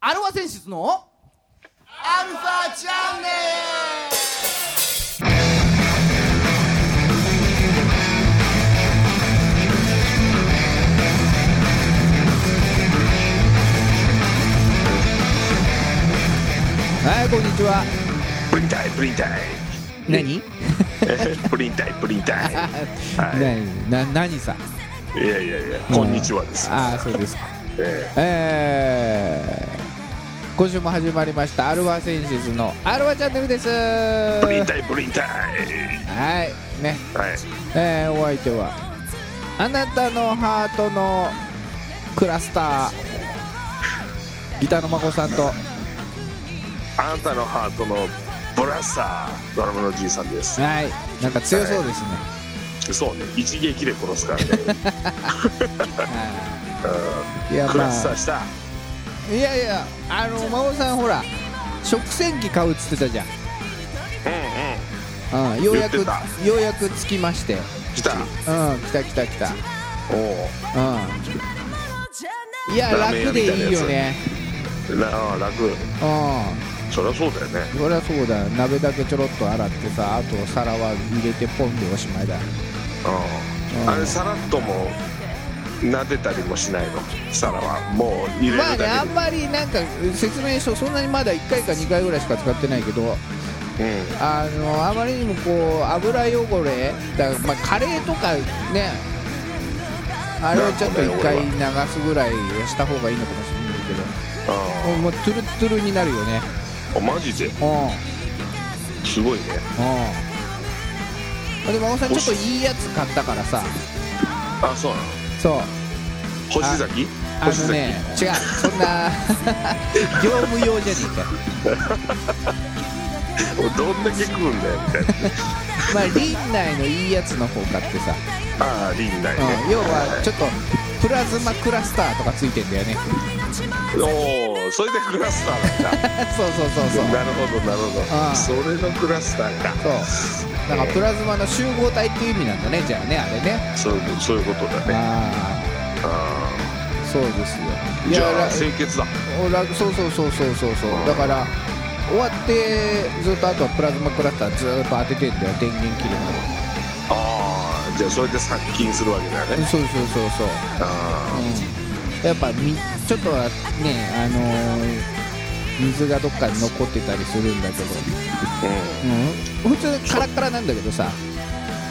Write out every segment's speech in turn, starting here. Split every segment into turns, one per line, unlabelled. アルファ選出のアルファチャンネ
はいこんにちは
プリ ン体プリン体
何
プリン体プリン 体は
何な何さ
いいやいやいやこんにちはです
ああそうですか
え
えー、今週も始まりましたアルファセンシスのアルファチャンネルです
ープリン
は
体プリン体
いね
はい
えー、お相手はあなたのハートのクラスターギターの孫さんと
あなたのハートのブラッサードラムのじいさんです
はいなんか強そうですね、
そうね一撃で殺すからね
はい、いや
クラ
ま
ッサー
あ
した
いやいやあの孫さんほら食洗機買うっつってたじゃん
うんうん
うん、ようやく
言
よ
ってた
うやく着きまして、うん、
来た
来た来た来た、
おお
うん、いや
ラーメン屋
楽でいいよ
みたいな
ね、
なあ楽
うん、
そりゃそうだよね
そりゃそうだよ鍋だけちょろっと洗ってさあと皿は入れてポンでおしまいだ
うんあれさらっとも撫でたりもしないの皿はもう入れる
まあ
だけ
ねあんまりなんか説明書そんなにまだ1回か2回ぐらいしか使ってないけど
でうん
あのあまりにもこう油汚れだから、まあ、カレーとかねあれをちょっと1回流すぐらいした方がいいのかもしれないけどもう
あ
もうトゥルットゥルになるよね
あマジで
うん
すごいね
うんで孫さんちょっといいやつ買ったからさ
あそうなの
そう
星崎
あ
星
の
崎、
ね違うそんな 業務用じゃねえか
どんだけ食うんだよみたいな
まあ林内のいいやつの方買ってさ、
ああリンダイ
う
ね
ん、要はちょっとプラズマクラスターとかついてんだよね
おおそれでクラスターだった
そうそうそうそう
なるほどなるほ
ああ
どそれのクラスターか
そうだからプラズマの集合体っていう意味なんだねじゃあねあれね
そういうことそういうことだね
あ
あ
あそうですよ
あじゃ
ら
あ清潔だ
おらそうそうそうそうそうそうだから終わってずっとあとはプラズマクラスターずっと当ててんだよ電源切るま
ああじゃあそれで殺菌するわけだよ
で
ね
そうそうそうそう
あ
うんやっぱみちょっとはねあのー水がどっかに残ってたりするんだけど、
あうん
うん、普通カラカラなんだけどさ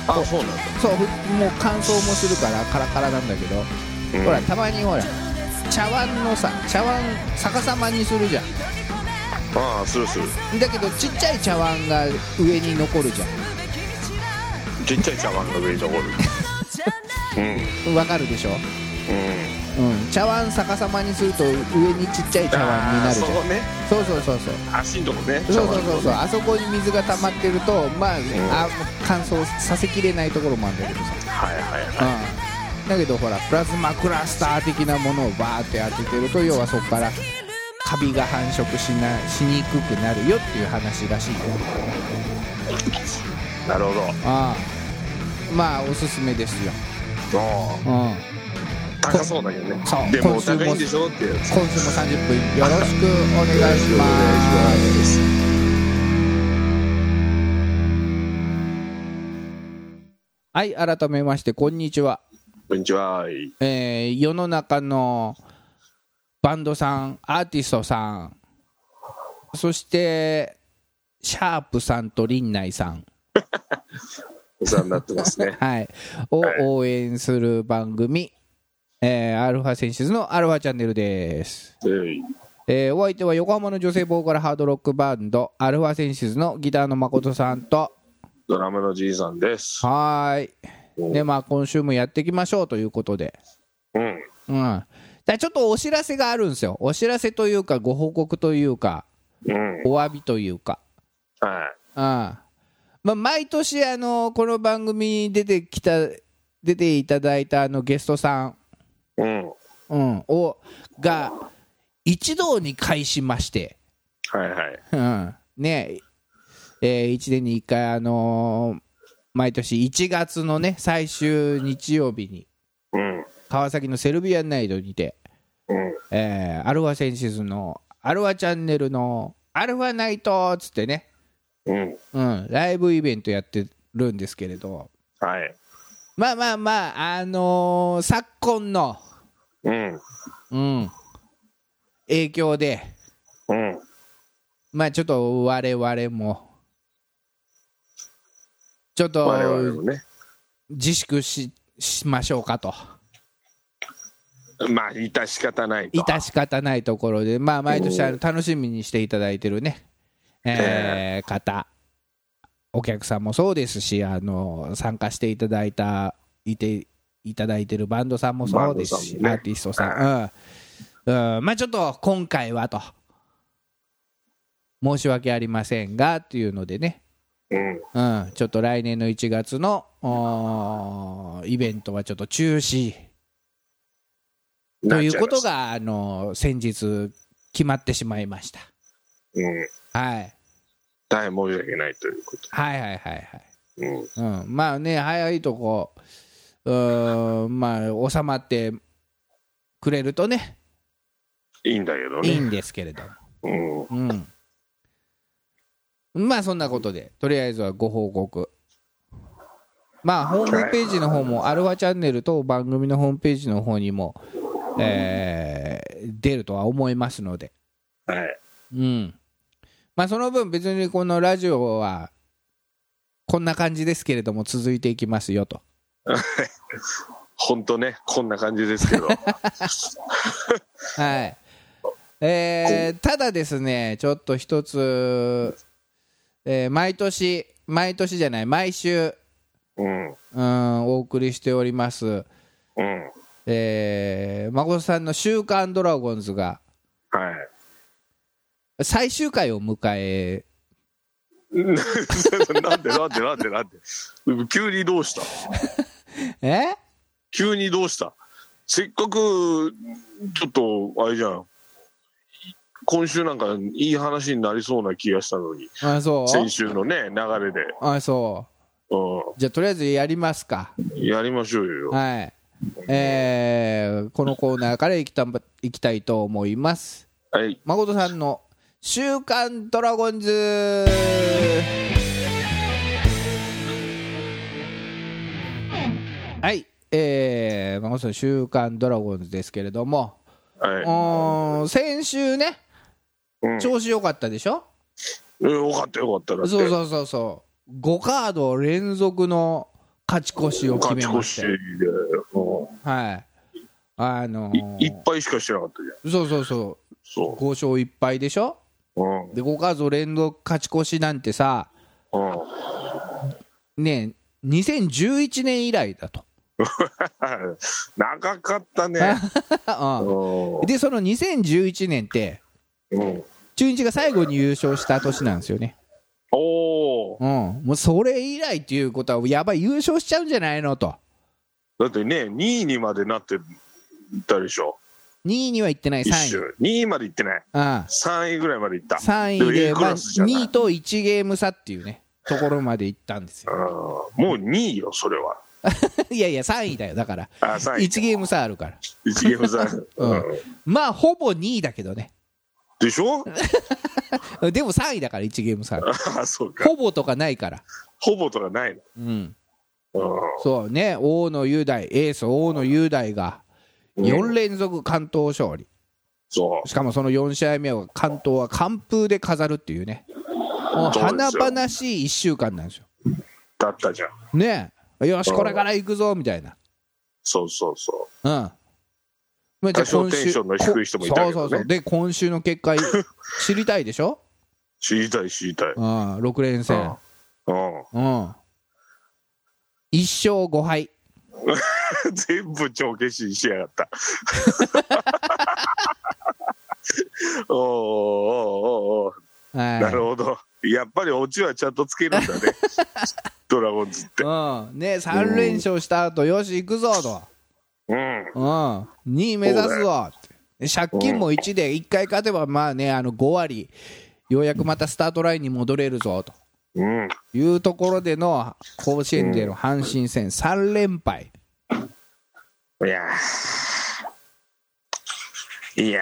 あそうなんだ
そうふもう乾燥もするからカラカラなんだけど、
うん
ほらたまにほら茶碗のさ茶碗逆さまにするじゃ
ああするする
んだけどちっちゃい茶碗が上に残るじゃ
ちっちゃい茶碗の上に残 るうん
んわかるでしょ、
うん
うん、茶碗逆さまにすると上にちっちゃい茶碗にな
ああ
るじ
そ
ゃん
こね
そうそうそうそう
足のとこね
そうそうそうそう
茶碗のとこね
あそこに水が溜まってるとまあ,、
ん
あ乾燥させきれないところもあるんだけどさ、
はいはいはい
うん、だけどほらプラズマクラスター的なものをバーって当ててると要はそこからカビが繁殖しなしにくくなるよっていう話らしいよ
なるほ
ああまあおすすめですよ、
どあ
うん、今
あ高そうだけどね
そう
でも
今
お
週も
高いんでしょっていうやつ
週も30分よろしくお願いしますはい改めましてこんにちは
こんにちは
えー世の中のバンドさんアーティストさんそしてシャープさんと林内さん、
お世話になってますね
はい、を応援する番組、えーアルファセンシズのアルファチャンネルです、
はい
えーお相手は横浜の女性ボーカルハードロックバンドアルファセンシズのギターの誠さんと
ドラムのじいさんです
はーい
お
でまあ今週もやっていきましょうということで
うん
うんだからちょっとお知らせがあるんですよお知らせというかご報告というか
うん
お詫びというか、
は
うんまあ、毎年あのこの番組に出てきた出ていただいたあのゲストさん、
いうんは
うん、をが一堂に会しまして、
いはい
うんねえ1年に1回、あのー毎年1月のね最終日曜日に
うん
川崎のセルビアンナイトにて、
うん
えーアルファセンシズのアルファチャンネルのアルファナイトっつってね、
うん
うん、ライブイベントやってるんですけれど、
はい
まあまあまあ、あのー昨今の、
うん
うん、影響で、
うん
まあちょっと我々も、ちょっ
我々
と
もね
自粛ししましょうかと、
まあ致し方ないと
致し方ないところで、まあ毎年あの楽しみにしていただいてるね、えー方、お客さんもそうですし、あの参加していただいた、いていただいてるバンドさんもそうですし、
バンドさんもね
アーティストさん、うん、うんまあちょっと今回はと、申し訳ありませんがっていうのでね、
うん
うん、ちょっと来年の1月のおーイベントはちょっと中止と
なっ
い
ち
う
ゃ
ことが、あの先日決まってしまいました。
いますうん
はい、
大変申し訳ないということ
はいはいはい
うん
はい。うん、まあね、早いとこ、うーん、まあ、収まってくれるとね、
いいんだけど
いい
ね
んですけれども。
うん
うん。まあそんなことで、とりあえずはご報告。まあ、ホームページの方も、アルファチャンネルと番組のホームページの方にも、えー出るとは思いますので、
はい
うん。まあ、その分、別にこのラジオは、こんな感じですけれども、続いていきますよと。
本当ねこんな感じです けど
はい。えーただですね、ちょっと一つ、えー毎年、毎年じゃない、毎週、
うん
うん、お送りしております、
うん
えー、誠さんの「週刊ドラゴンズ」が
はい
最終回を迎え
ななんでなんでなんでなんで急にどうした
え
急にどうしたせっかくちょっとあれじゃん今週なんかいい話になりそうな気がしたのに
あそう
先週のね流れで、
あそううじゃあとりあえずやりますか
ん、やりましょうよ、
はいえー、このコーナーからいきたいきたいと思います
はい、
誠さんの「週刊ドラゴンズ」はいえー、誠さん「週刊ドラゴンズ」ですけれどもう
は
ーん先週ね
いうん
調子良かったでしょ、
うん、よかったよかっただって
そうそうそうそう5カード連続の勝ち越しを決
勝
め
ち
ま
越
し
した
よ
で、う
はいあの
ん、いいっ
ー、
ぱいしかしてなかったじゃん
そうそうそ
そう
5勝1敗でしょ
う、うん
で5カード連続勝ち越しなんてさ
うん、
ねえ2011年以来だと、
長かったね、
う
うん
でその2011年って
ん、
中日が最後に優勝した年なんですよね、
おお
うん、もうそれ以来っていうことはやばい優勝しちゃうんじゃないのと
だってね2位にまでなってたでしょ
2位には行ってない3
一
位
周2位まで行ってない
あ
3位ぐらいまで行った
あ3位で、
いいク
まあ、
ラスじゃない
2位と1ゲーム差っていうね、ところまで行ったんです
う
よ。
んもう2位よそれはい
やいや、3位だよ、だから、
あ3位
1ゲーム差あるから、
1ゲーム差、
うん
うん
まあ、ほぼ2位だけどね、
でしょ
でも3位だから、1ゲーム差ある、
あそうか
ほぼとかないから、
ほぼとかない
うん、
の、
そうね、大野雄大、エース、大野雄大が
うん、
4連続関東勝利、
そ
しかもその4試合目は関東は完封で飾るっていうね、もう
そうで
華
すよ
々しい1週間なんですよ。
うだったじゃん
ねえ、よし、これから行くぞみたいな。
そうそうそ
うん。まあ
多少テンションの低い人もいたけどね
そうそうそう。で、今週の結 果、知りたいでしょ
う知りたい知りたい
うん、6連戦。
う
うん。1勝5敗。
ん全部帳消しにしやがった おーおーおーおー
はい。
なるほどやっぱりオチはちゃんとつける んだねドラゴンズって
うん。ね、3連勝した後、よし、行くぞと。
うん
うん。2位目指すぞって。借金も1で、1回勝てば、まあね、あの5割、ようやくまたスタートラインに戻れるぞと
うん
いうところでの甲子園での阪神戦3連敗。
い やーいや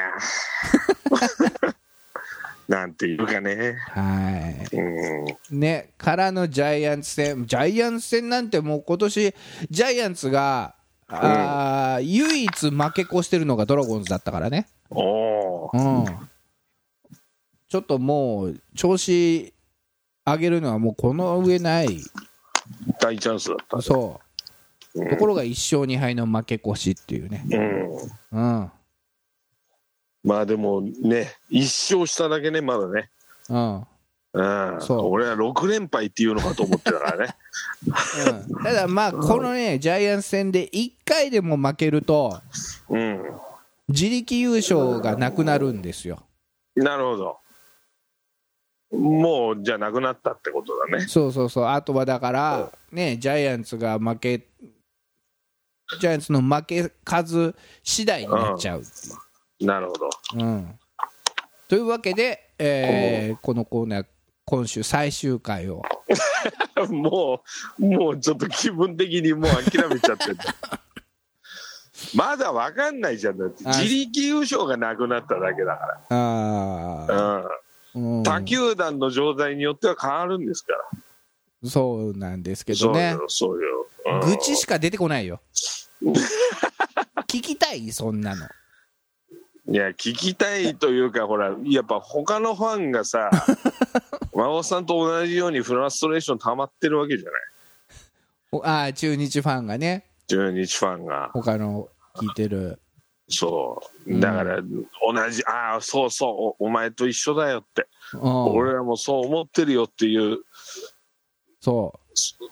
なんていうかね。
はい
うん。
ね、からのジャイアンツ戦、ジャイアンツ戦なんてもう今年ジャイアンツが、あー唯一負け越してるのがドラゴンズだったからね、
お
う
ー
ん、ちょっともう、調子上げるのはもうこの上ない、
大チャンスだった。
そう、ところが1勝2敗の負け越しっていうね、
うん。
うん、
まあでもね、一勝しただけね、まだね。
うん、
うん。
そう
俺は6連敗っていうのかと思ってたから ね。
うん、ただまあ、このね、ジャイアンツ戦で1回でも負けると、
う
自力優勝がなくなるんですよ。
ん。なるほど。もう、じゃなくなったってことだね。
そうそうそう、あとはだから、ね、ジャイアンツが負け、ジャイアンツの負け数次第になっちゃうっていう。
なるほど。
う んというわけで、えーこのコーナー、今週最終回を、
もう、もうちょっと気分的にもう諦めちゃって んだまだわかんないじゃん。だって
あ
自力優勝がなくなっただけだか
あー
ら。うん。
うん
他球団の状態によっては変わるんですから。
そうなんですけ
そ
ど
う
ね、
よ、そうよ。うん
愚痴しか出てこないよ。聞きたい、そんなの。
いや、聞きたいというか、ほら、やっぱ他のファンが さ、真帆さんと同じようにフラストレーション溜まってるわけじゃない。
おあー中日ファンがね、
中日ファンが。
他の聞いてる。
そう。だから、同じ、ああ、そうそうお、お前と一緒だよって。
うん、
俺らもそう思ってるよっていう、
そ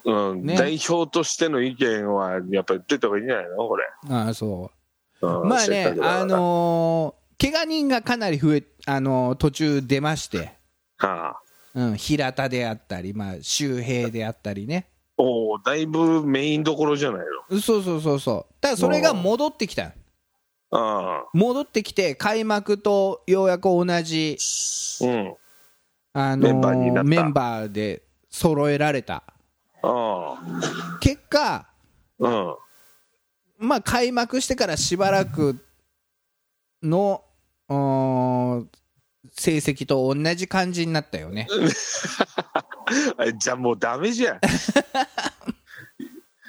うん
ね
代表としての意見はやっぱり出た方がいいんじゃないのこれ、
う、あーそう。
うん
まあ
せっ
ね
かく、だから
あのー怪我人がかなり増え、あのー途中出まして、
はあ
うん、平田であったり、まあ、周平であったりね、
おおだいぶメインどころじゃない
そうそうそうそう、ただそれが戻ってきた、
のああ
戻ってきて、開幕とようやく同じ、
うん
あのー
メンバーになった
メンバーで揃えられた、
あ
結果、
あうん
まあ、開幕してからしばらくの、うーん成績と同じ感じになったよ ね。
あじゃあもうダメじゃん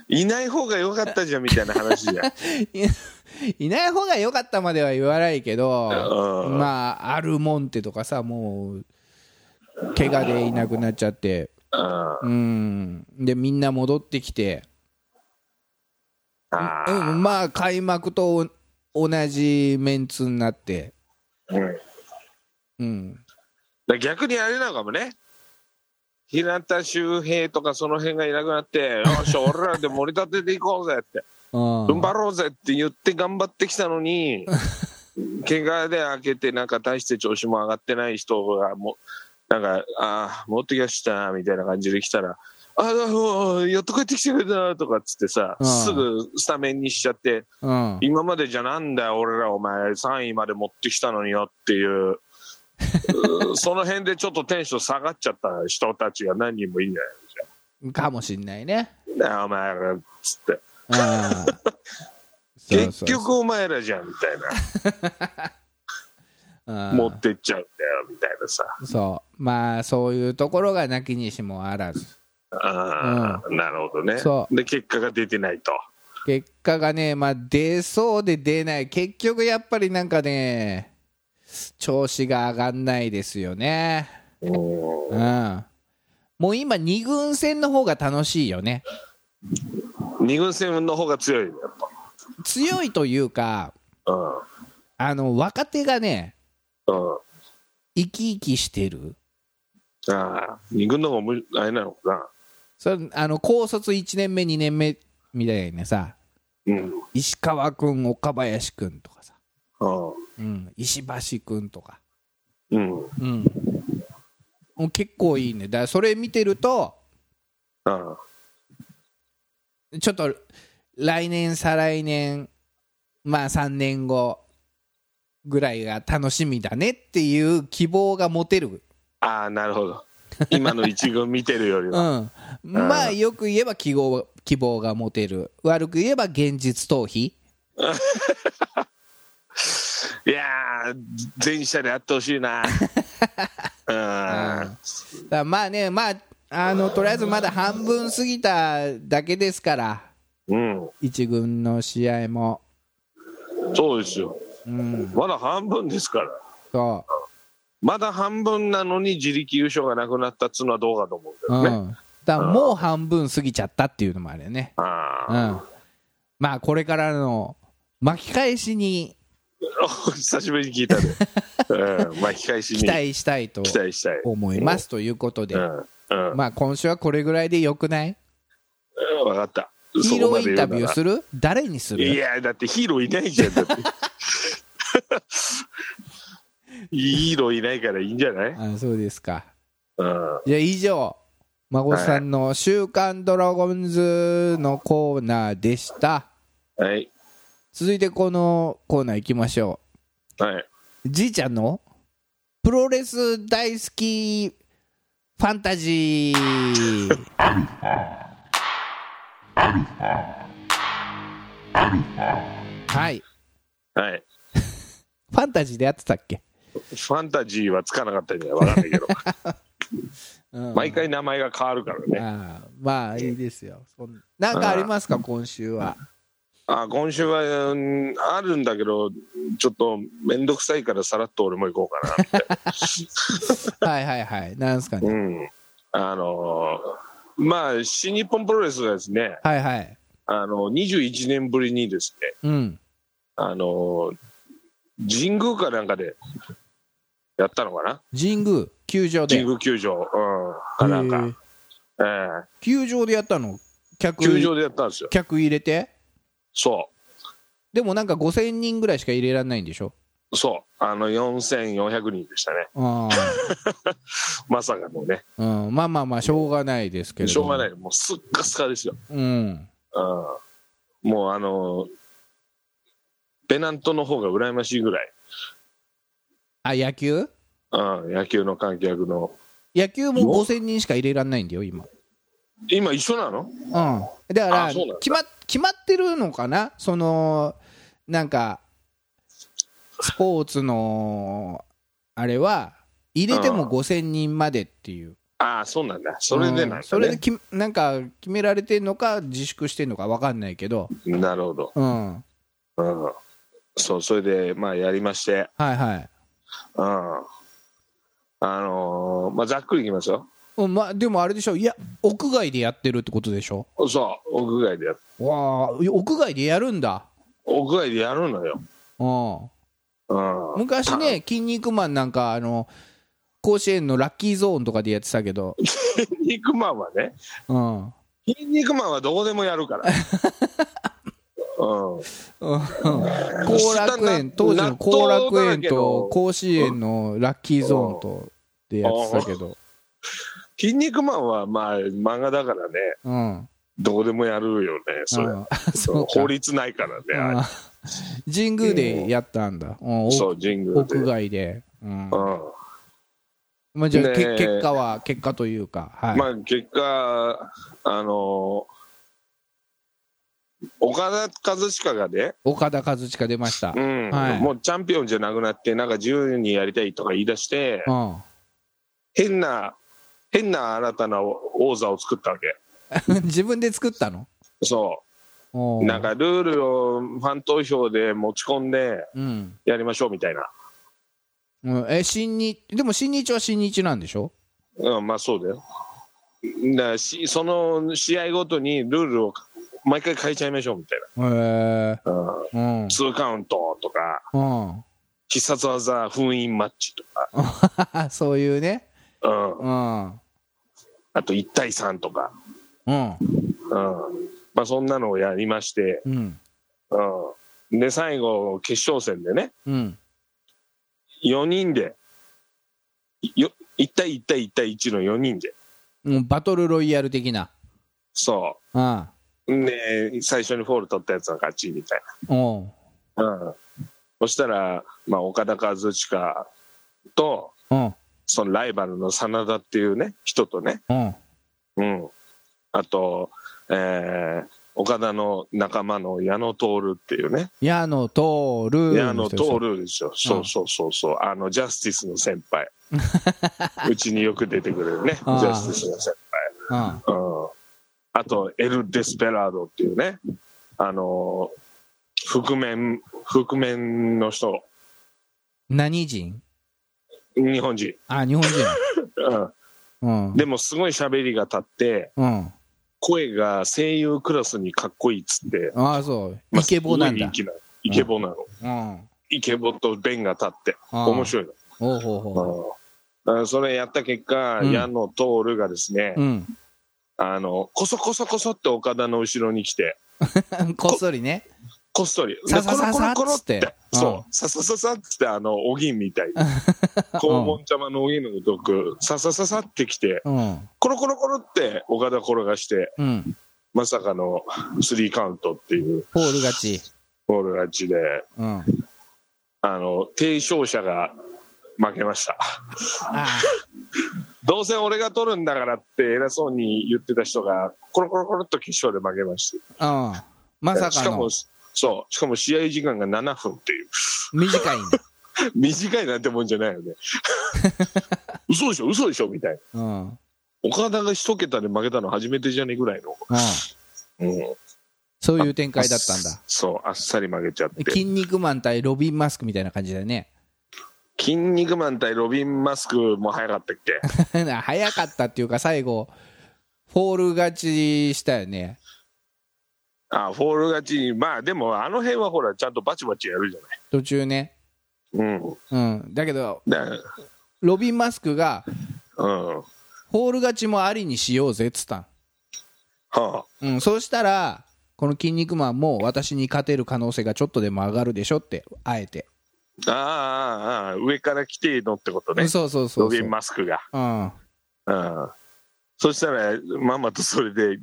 いない方が良かったじゃんみたいな話じゃん
いない方が良かったまでは言わないけど、
うん
まあ、アルモンテとかさ、もう、怪我でいなくなっちゃって、
あ
うん、で、みんな戻ってきて、
あ
うん、まあ、開幕とお同じメンツになって、
うん
うん、
だ逆にあれなのかもね平田周平とかその辺がいなくなってよし俺らで盛り立てていこうぜって
うん
踏ん張ろうぜって言って頑張ってきたの に怪我で開けてなんか大して調子も上がってない人がもうなんか「ああ持ってきました」みたいな感じで来たら「ああもうやっと帰ってきてくれたな」とかっつってさ
うん
すぐスタメンにしちゃって
うん
今までじゃなんだよ俺らお前3位まで持ってきたのによっていう うーその辺でちょっとテンション下がっちゃった人たちが何人もいいんじ
かもしんないね。
ゃないなんだよお前らっつって
うんそうそ
結
う
局お前らじゃんみたいな。
うん
持ってっちゃうんだよみたいなさ、
そう、まあ、そういうところがなきにしもあらず。
あーなるほどね
そ
で結果が出てないと
結果がね、まあ、出そうで出ない、結局やっぱりなんかね、調子が上がんないですよね。
う
うんん、もう今、2軍戦の方が楽しいよね。
二軍戦の方が強いよやっ
強いというか、
ぱ
あの若手がね、
うんうん
生き生きしてる、
ああ二軍の方がむあれなのかな
それあの高卒1年目、2年目みたいなさ、
うん
石川君、岡林君とかさ、
うん
うん、石橋君とか、
うん
うん、もう結構いいね、だからそれ見てると、
うん
ちょっと来年、再来年、まあ3年後ぐらいが楽しみだねっていう希望が持てる、
ああなるほど今の一軍見てるより
う
は、
ん、まあよく言えば希望希望が持てる、悪く言えば現実逃避、
いやー、全社でやってほしい な。うん。
だからまあね、まあ、あのとりあえずまだ半分過ぎただけですから、
うん、
一軍の試合も、
そうですよ。
うん、
まだ半分ですから。
そ
まだ半分なのに自力優勝がなくなったっつうのはどうかと思うけ
う、う
どね。
ん、だからもう半分過ぎちゃったっていうのもあるよね、
あ
う
あ、
ん、まあこれからの巻き返しに
久しぶりに聞いた ね。うん、巻き返しに
期待したいと
期待したい。
思いますということで
う、ん、うん、
まあ今週はこれぐらいでよくない
分かった。
ヒーローインタビュー
そこまで言うなら
する誰にす
い
る
やだってヒーローいないじゃんだって ヒーローいないからいいんじゃない、
あそうですか。
うん、
じゃあ以上、孫さんの「週刊ドラゴンズ」のコーナーでした。
はい
続いてこのコーナー行きましょ
はい。
う。じいちゃんのプロレス大好きファンタジー。はい。
はい。
ファンタジーでやってたっけ、
ファンタジーはつかなかったんじゃないわかんない けど。
うん
毎回名前が変わるからね。
ああまあいいですよ。そんなんかありますか、今週 は。
あ今週は、うんあるんだけど、ちょっとめんどくさいからさらっと俺も行こうかなみたい
はいはいはい。なんすか
な。
ね。
うん。あのーまあ、新日本プロレスがですね、
はいはい。
あの、21年ぶりにですね、
うん。
あのー神宮かなんかでやったのかな
神宮、球場で。
神宮球場、うん、かなん
へ
か
ー、
え
球場でやったの
え
客
球場でやったんですよ。
客入れて
そう。
でもなんか5000人ぐらいしか入れられないんでしょ
そう、あの4400人でしたね、
あ
まさかのね、
ー、うん、まあまあまあしょうがないですけれど、
しょうがないい、もうすっかすかですよ、
うん、
うん、もうあのーペナントの方が羨ましいぐらい、
あ野球
うん、野球の観客の、
野球も5000人しか入れられないんだよ今
今、一緒なの
うんだから
あそうなんだ
決ま決まってるのかなそのなんかスポーツのあれは入れても5000人までっていう
ああ、そうなんだ、それでな
う
んだ、ね、
んそれできなんか決められてんのか自粛してんのか分かんないけど
なるほど、
うんはい
うん、そう、それで、まあ、やりまして、
はい
うん、あのーまあ、ざっくりいきますよ、
うんまあでもあれでしょいや屋外でやってるってことでしょ
そう、屋外でや、
わあ屋外でやるんだ
屋外でやるのよ。
うん
うん、
昔ね「筋肉マン」なんかあの甲子園のラッキーゾーンとかでやってたけど
肉マンはね、
うん
筋肉マンはどこでもや るから。うん、
うん後楽園当時の後楽園と甲子園のラッキーゾーンとでやってたけど、
筋肉マンはまあ漫画だからね
うん、
どこでもやるよねそれ、
うんそうか
法律ないからねあれ、
あ神宮でやったんだ、うん、
そう神宮で
屋外で、うん
うん
まあ、じゃあ、
ね
け
え
結果は結果というか、はい
まあ結果あのー岡田和親がね、
岡田和親出ました、う
うんん
はい
もうチャンピオンじゃなくなってなんか自由にやりたいとか言い出して、変な変な新たな王座を作ったわけ
自分で作ったの
そう
おー
なんかルールをファン投票で持ち込んで
うん
やりましょうみたいな、
うん、え新日でも新日は新日なんでしょ
うん、まあそうだよだからしその試合ごとにルールを毎回変えちゃいましょうみたい
へえ
な、うん、
うん
ツーカウントとか
うん
必殺技封印マッチとか、
そういうね
うん、
うんうん
あと1対3とか、うんまあ、そんなのをやりまして、
うん
うん、で最後決勝戦でね
うん
4人でよ1対1対1対1の4人で
うんバトルロイヤル的な
そう
うん
で最初にフォール取ったやつの勝ちみたい
おう
な、うん、そしたら、まあ、岡田和親と
うん
そのライバルの真田っていうね人とね、
うん
うん、あと、えー岡田の仲間の矢野徹っていうね、
矢野徹る
矢野徹ですよ、そうそうそうそう、あのジャスティスの先 輩、うちによく出てくれるね、ジ
あー
ャスティスの先
うん
輩、うん、あと、エル・デスペラードっていうね、あのー覆面、覆面の人、
何人
日本人、
あ日本人
うん
うん
でもすごい喋りが立って、
うん
声が声優クラスにかっこいいっつって、
ああそう
まあ
イケボなん
すごい
だ
人気なのイケボなの、
うん
イケボと弁が立って、面
面い
白いの。
おうほうほ
うんそれやった結果、
うん
矢野徹がですね、
ううん
あのこそこそこそって岡田の後ろに来て、
こっそりね
こっそり、
ささ
で
さ
コロ
さ
コロコロ
っつって
そう、ささささっつって、あの、お銀みたいに、黄門ちゃまのお銀のごとく、ささささって来て、
うん
コロコロコロって岡田転がして、
うん
まさかのスリーカウントっていう
ホール勝ち
ボール勝ちで、
うんあ
あの、提唱者が負けました。
あ
どうせ俺が取るんだからって偉そうに言ってた人が、コロコロコロっと決勝で負けました。
うんまさ
し
か
か
の
も、そう、しかも試合時間が7分っていう。
短いんだ
短いなんてもんじゃないよね。 嘘でしょ、嘘でしょ、みたいな。
うんうん
岡田が一桁で負けたの初めてじゃねえぐらいの。うん。
そういう展開だったんだ
そう、あっさり負けちゃって。
筋肉マン対ロビン・マスクみたいな感じだよね
筋肉マン対ロビン・マスクも早かったっ け
早かったっていうか最後フォール勝ちしたよね
あフォール勝ちに、まあでもあの辺はほら、ちゃんとバチバチやるじゃ
途中ね
ない。うん。
うんだけど
だ
ロビン・マスクが
うん。は
ホール勝ちもありにしようぜっつったん
あ。
うん、そうしたら、この筋肉マンも私に勝てる可能性がちょっとでも上がるでしょって、あえて。
ああああああ、上から来てのってことね。
そうそうそうそう。
ロビン・マスクが。うん。そしたら、まんまとそれで、
う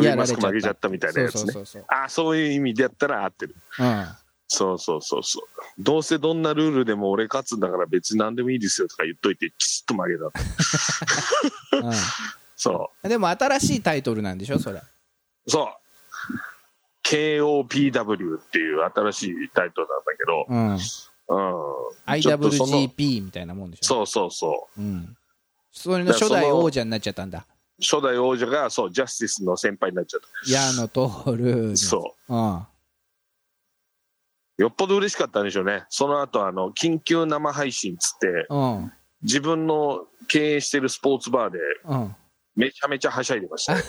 ん、
ビ
や
ン・
ら
マ
れ
スク負けちゃったみたいなやつ
そう
ね
そ。うそう
ああ、そういう意味でやったら合ってる。
そう。うん、
そうそうそうそう。どうせどんなルールでも俺勝つんだから別に何でもいいですよとか言っといて、きちっと負けたって。そ
うん、でも新しいタイトルなんでしょ、それ。
う。そう。KOPW っていう新しいタイトルなんだけ
う
ど、
ん、
うん。ちょっとその
IWGP みたいなもんでしょ。。
そうそうそう
ん、それの初代王者になっちゃったんだ。
う。初代王者が、そう、ジャスティスの先輩になっちゃっ
矢野徹。
た。そう。
う。うん、
よっぽど嬉しかったんでしょうね。その後、あの、緊急生配信っつって、
うん、
自分の経営してるスポーツバーで、
うん。
めちゃめちゃはしゃいで ましたね。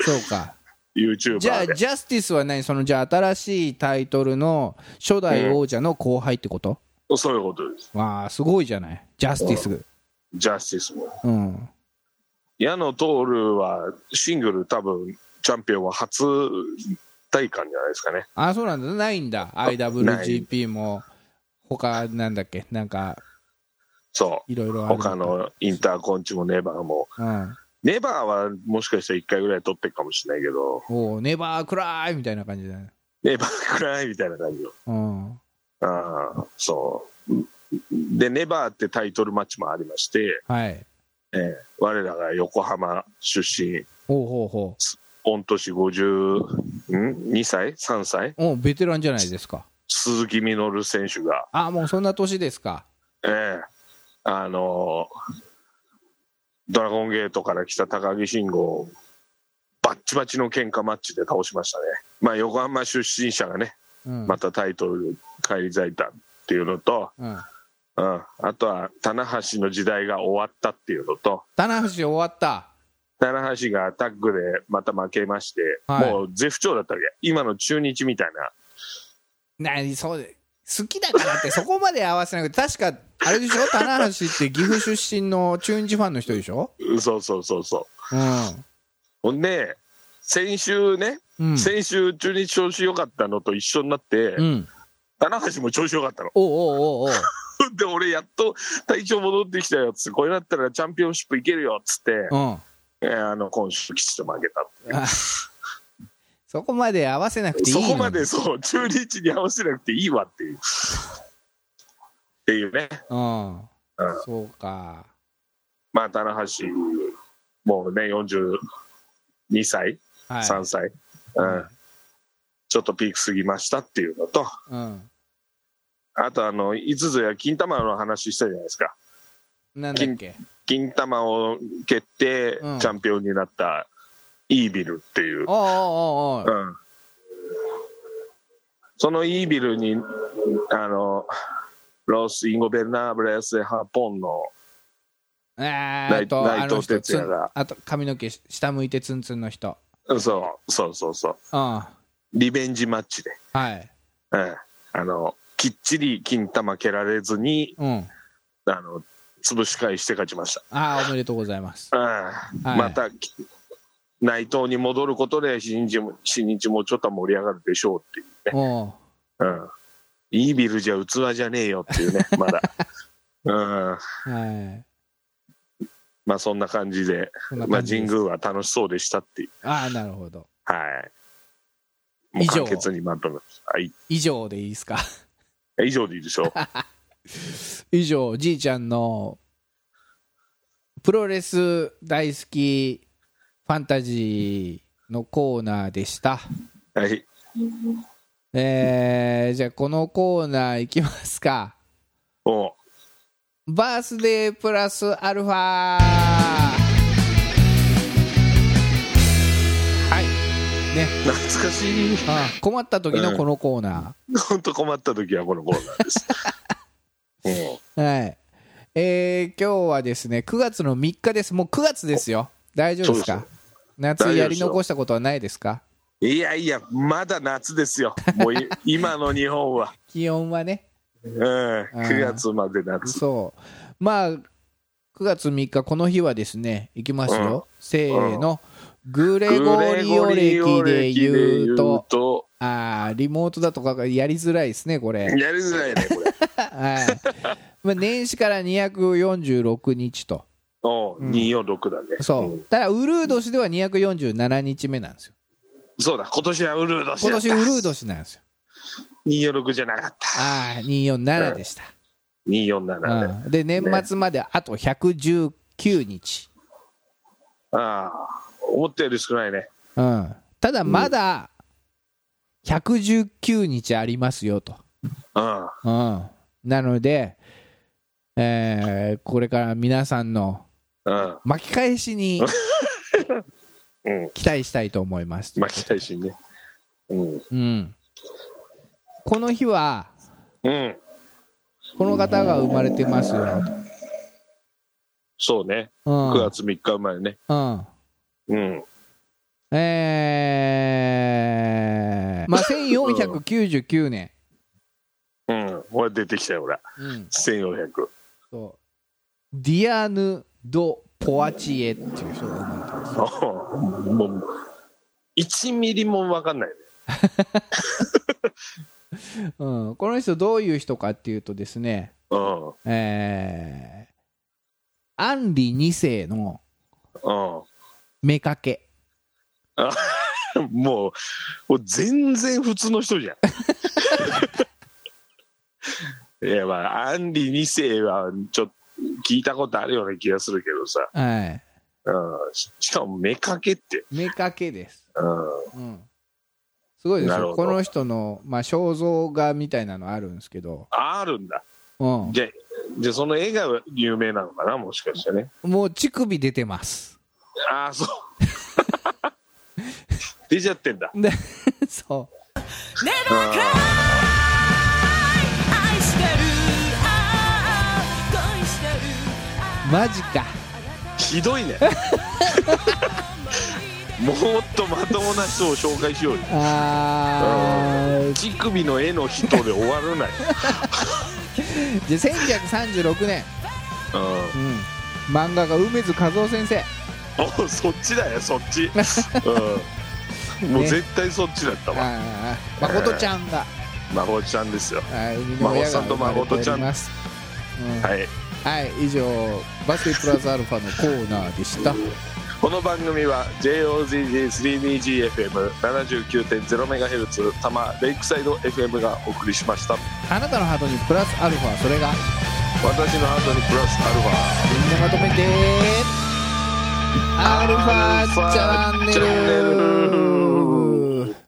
そう か。
YouTuber
じゃあ、
で。
ジャスティスは何その、じゃあ新しいタイトルの初代王者の後輩ってこと、
そういうことです。
わあすごいじゃないジャスティス
ジャスティスも。
うん
矢野徹は、シングル多分、チャンピオンは初体感じゃないですかね。
あそうなんだないんだ IWGP も他なんだっけなんか
そ
いろいろ
う。
ある
他のインターコンチもネバーも。
うん
ネバーはもしかしたら1回ぐらい取ってるかもしれないけど、
おうネバークライみたいな感じだね
ネバーくらいみたいな感じの。
うん
ああ、そう。で、ネバーってタイトルマッチもありまして、
はい
ええ我らが横浜出身、
ほうほうほ
御年52歳 ?3 歳
うおうベテランじゃないですか
鈴木みのる選手が、
あもうそんな年ですか
ええあのドラゴンゲートから来た高木慎吾をバッチバチの喧嘩マッチで倒しましたね。まあ、横浜出身者がね、
うん、
またタイトル返り咲いたっていうのと、
うん、
うん、あとは、棚橋の時代が終わったっていうのと、
棚橋終わった
棚橋がタッグでまた負けまして、
はい
もう絶不調だったわけ。今の中日みたいな。
何そうで好きだからってそこまで合わせなくて確かあれでしょ棚橋って岐阜出身の中日ファンの人でしょ
うんそうそうそうそう。
うん
ほんで、先週ね、
うん
先週中日調子良かったのと一緒になって、
うん
棚橋も調子良かったの。
おうおうおうおう
で、俺やっと体調戻ってきたよっつって、これだったらチャンピオンシップいけるよっつって、
うん、
えーあの、今週きちっと負けた。
そこまで合わせなくていい
そ
のに
こまでそう、 中日に合わせなくていいわっていう。っていうね。
うん、
ん
そうか
まあ、棚橋、もうね、40 2歳、
はい
3歳、うん、ちょっとピーク過ぎましたっていうのと、
うん
あとあの、いつぞや金玉の話したじゃないですか。
なんだっけ
金玉を蹴ってチ
うん
ャンピオンになったイービルっていう、
おおうおうおう
うん、そのイービルにあのロス・インゴ・ベルナーブレス・ハポンの
え
内
ーっとあ
内
の
藤
人
哲
つ
也
ん
が
あと髪の毛下向いてツンツンの人
そうそうそうそう
うんは
リベンジマッチで、
い
うん、あのきっちり金玉蹴られずに
うん
あの潰し返して勝ちまし
ああおめでとうございます
た、うん
い
またき内藤に戻ることで新日も新日もちょっと盛り上がるでしょうっていうね
おう
うんイービルじゃ器じゃねえよってい うね、まだ。うん、
はい
まあそんな感じで、
そんな
まあ
感じ
神
です
宮は楽しそうでしたっていう。
ああなるほど
はい。もう
以上
簡潔にまとめます。はい。
以上でいいですか
以上でいい でしょう。
以上じいちゃんのプロレス大好きファンタジーのコーナーでした
はい。
えー、じゃあこのコーナーいきますか
おう
バースデープラスアルファはいね
懐かしい。
あ困った時のこのコーナ
本当困った時はこのコーナ ーです。うん
ー、はいえー、今日はですね9月の3日ですもう9月ですよ大丈夫です
そう
か
で
夏やり残したことはないですか
いやいや、まだ夏ですよ。もうい今の日本は。
気温はね
うん。9月まで夏。
そうまあ9月3日この日はですねいきますよ、
うん
せーの、グレゴリオ歴で言うと
と、
あーリモートだとかがやりづらいですねこれ
やりづらいね、こ れ。
はいまあ年始から246日と
おう、246だね。
そうただウルー年では247日目なんですよ
そうだ、今年はウルード
今年ウルー年なんですよ
246じゃなかった。
ああ247でした、
247ね。
うんで年末まであと119日、
ああ、思ったより少ないね。
うん、ただまだ119日ありますよと、
うん。
うん、なので、えーこれから皆さんの
うん。
巻き返しに
うん。
期待したいと思います
巻き返しね。うん。
うん、この日は
うん。
この方が生まれてますよ、
そうね。
うん
9月3日生まれね。
うん、
うん。
えーまあ1499年、
うん。ほら、出てきたよ、ほら。
うん、
1400。
そうディアヌ・ド・ポアチエっていう人が生まれてます
おうもう、1ミリも分かんないね。
うん、この人どういう人かっていうとですね、
うん。うん。
えーアンリ2世の妾
もう、もう全然普通の人じゃん。いやまあ、アンリ2世はちょっと聞いたことあるような気がするけどさ、
はい
うん、ししかも目かけって、
妾です
う
うん、すごいです
なる
よ
ほど
この人の、まあ、肖像画みたいなのあるんですけど、
ん、あるんだ
うん、
じゃあじゃあその絵が有名なのかなもしかしてね
もう乳首出てます
ああそう 出ちゃってんだ
で そ
あ
愛してるああ恋してる
うマジか
ーひどいねもっとまともな人を紹介しようよ
あー
乳首の絵の人で終わらない、
じゃあ1936年、
うん
うん、漫画家梅津和夫先生
お そっちだよそっち、うん、もう
ね
絶対そっちだったわ、
あー誠ちゃんが
孫ちゃんですよ
はい生みの親が生まれておりますうん
はい
はい以上バスケプラスアルファのコーナーでした
この番組は JOZZ3DGFM79.0MHz 多摩レイクサイド FM がお送りしました
あなたのハートにプラスアルファそれが
私のハートにプラスアルファ
みんなまとめてアルファチャンネル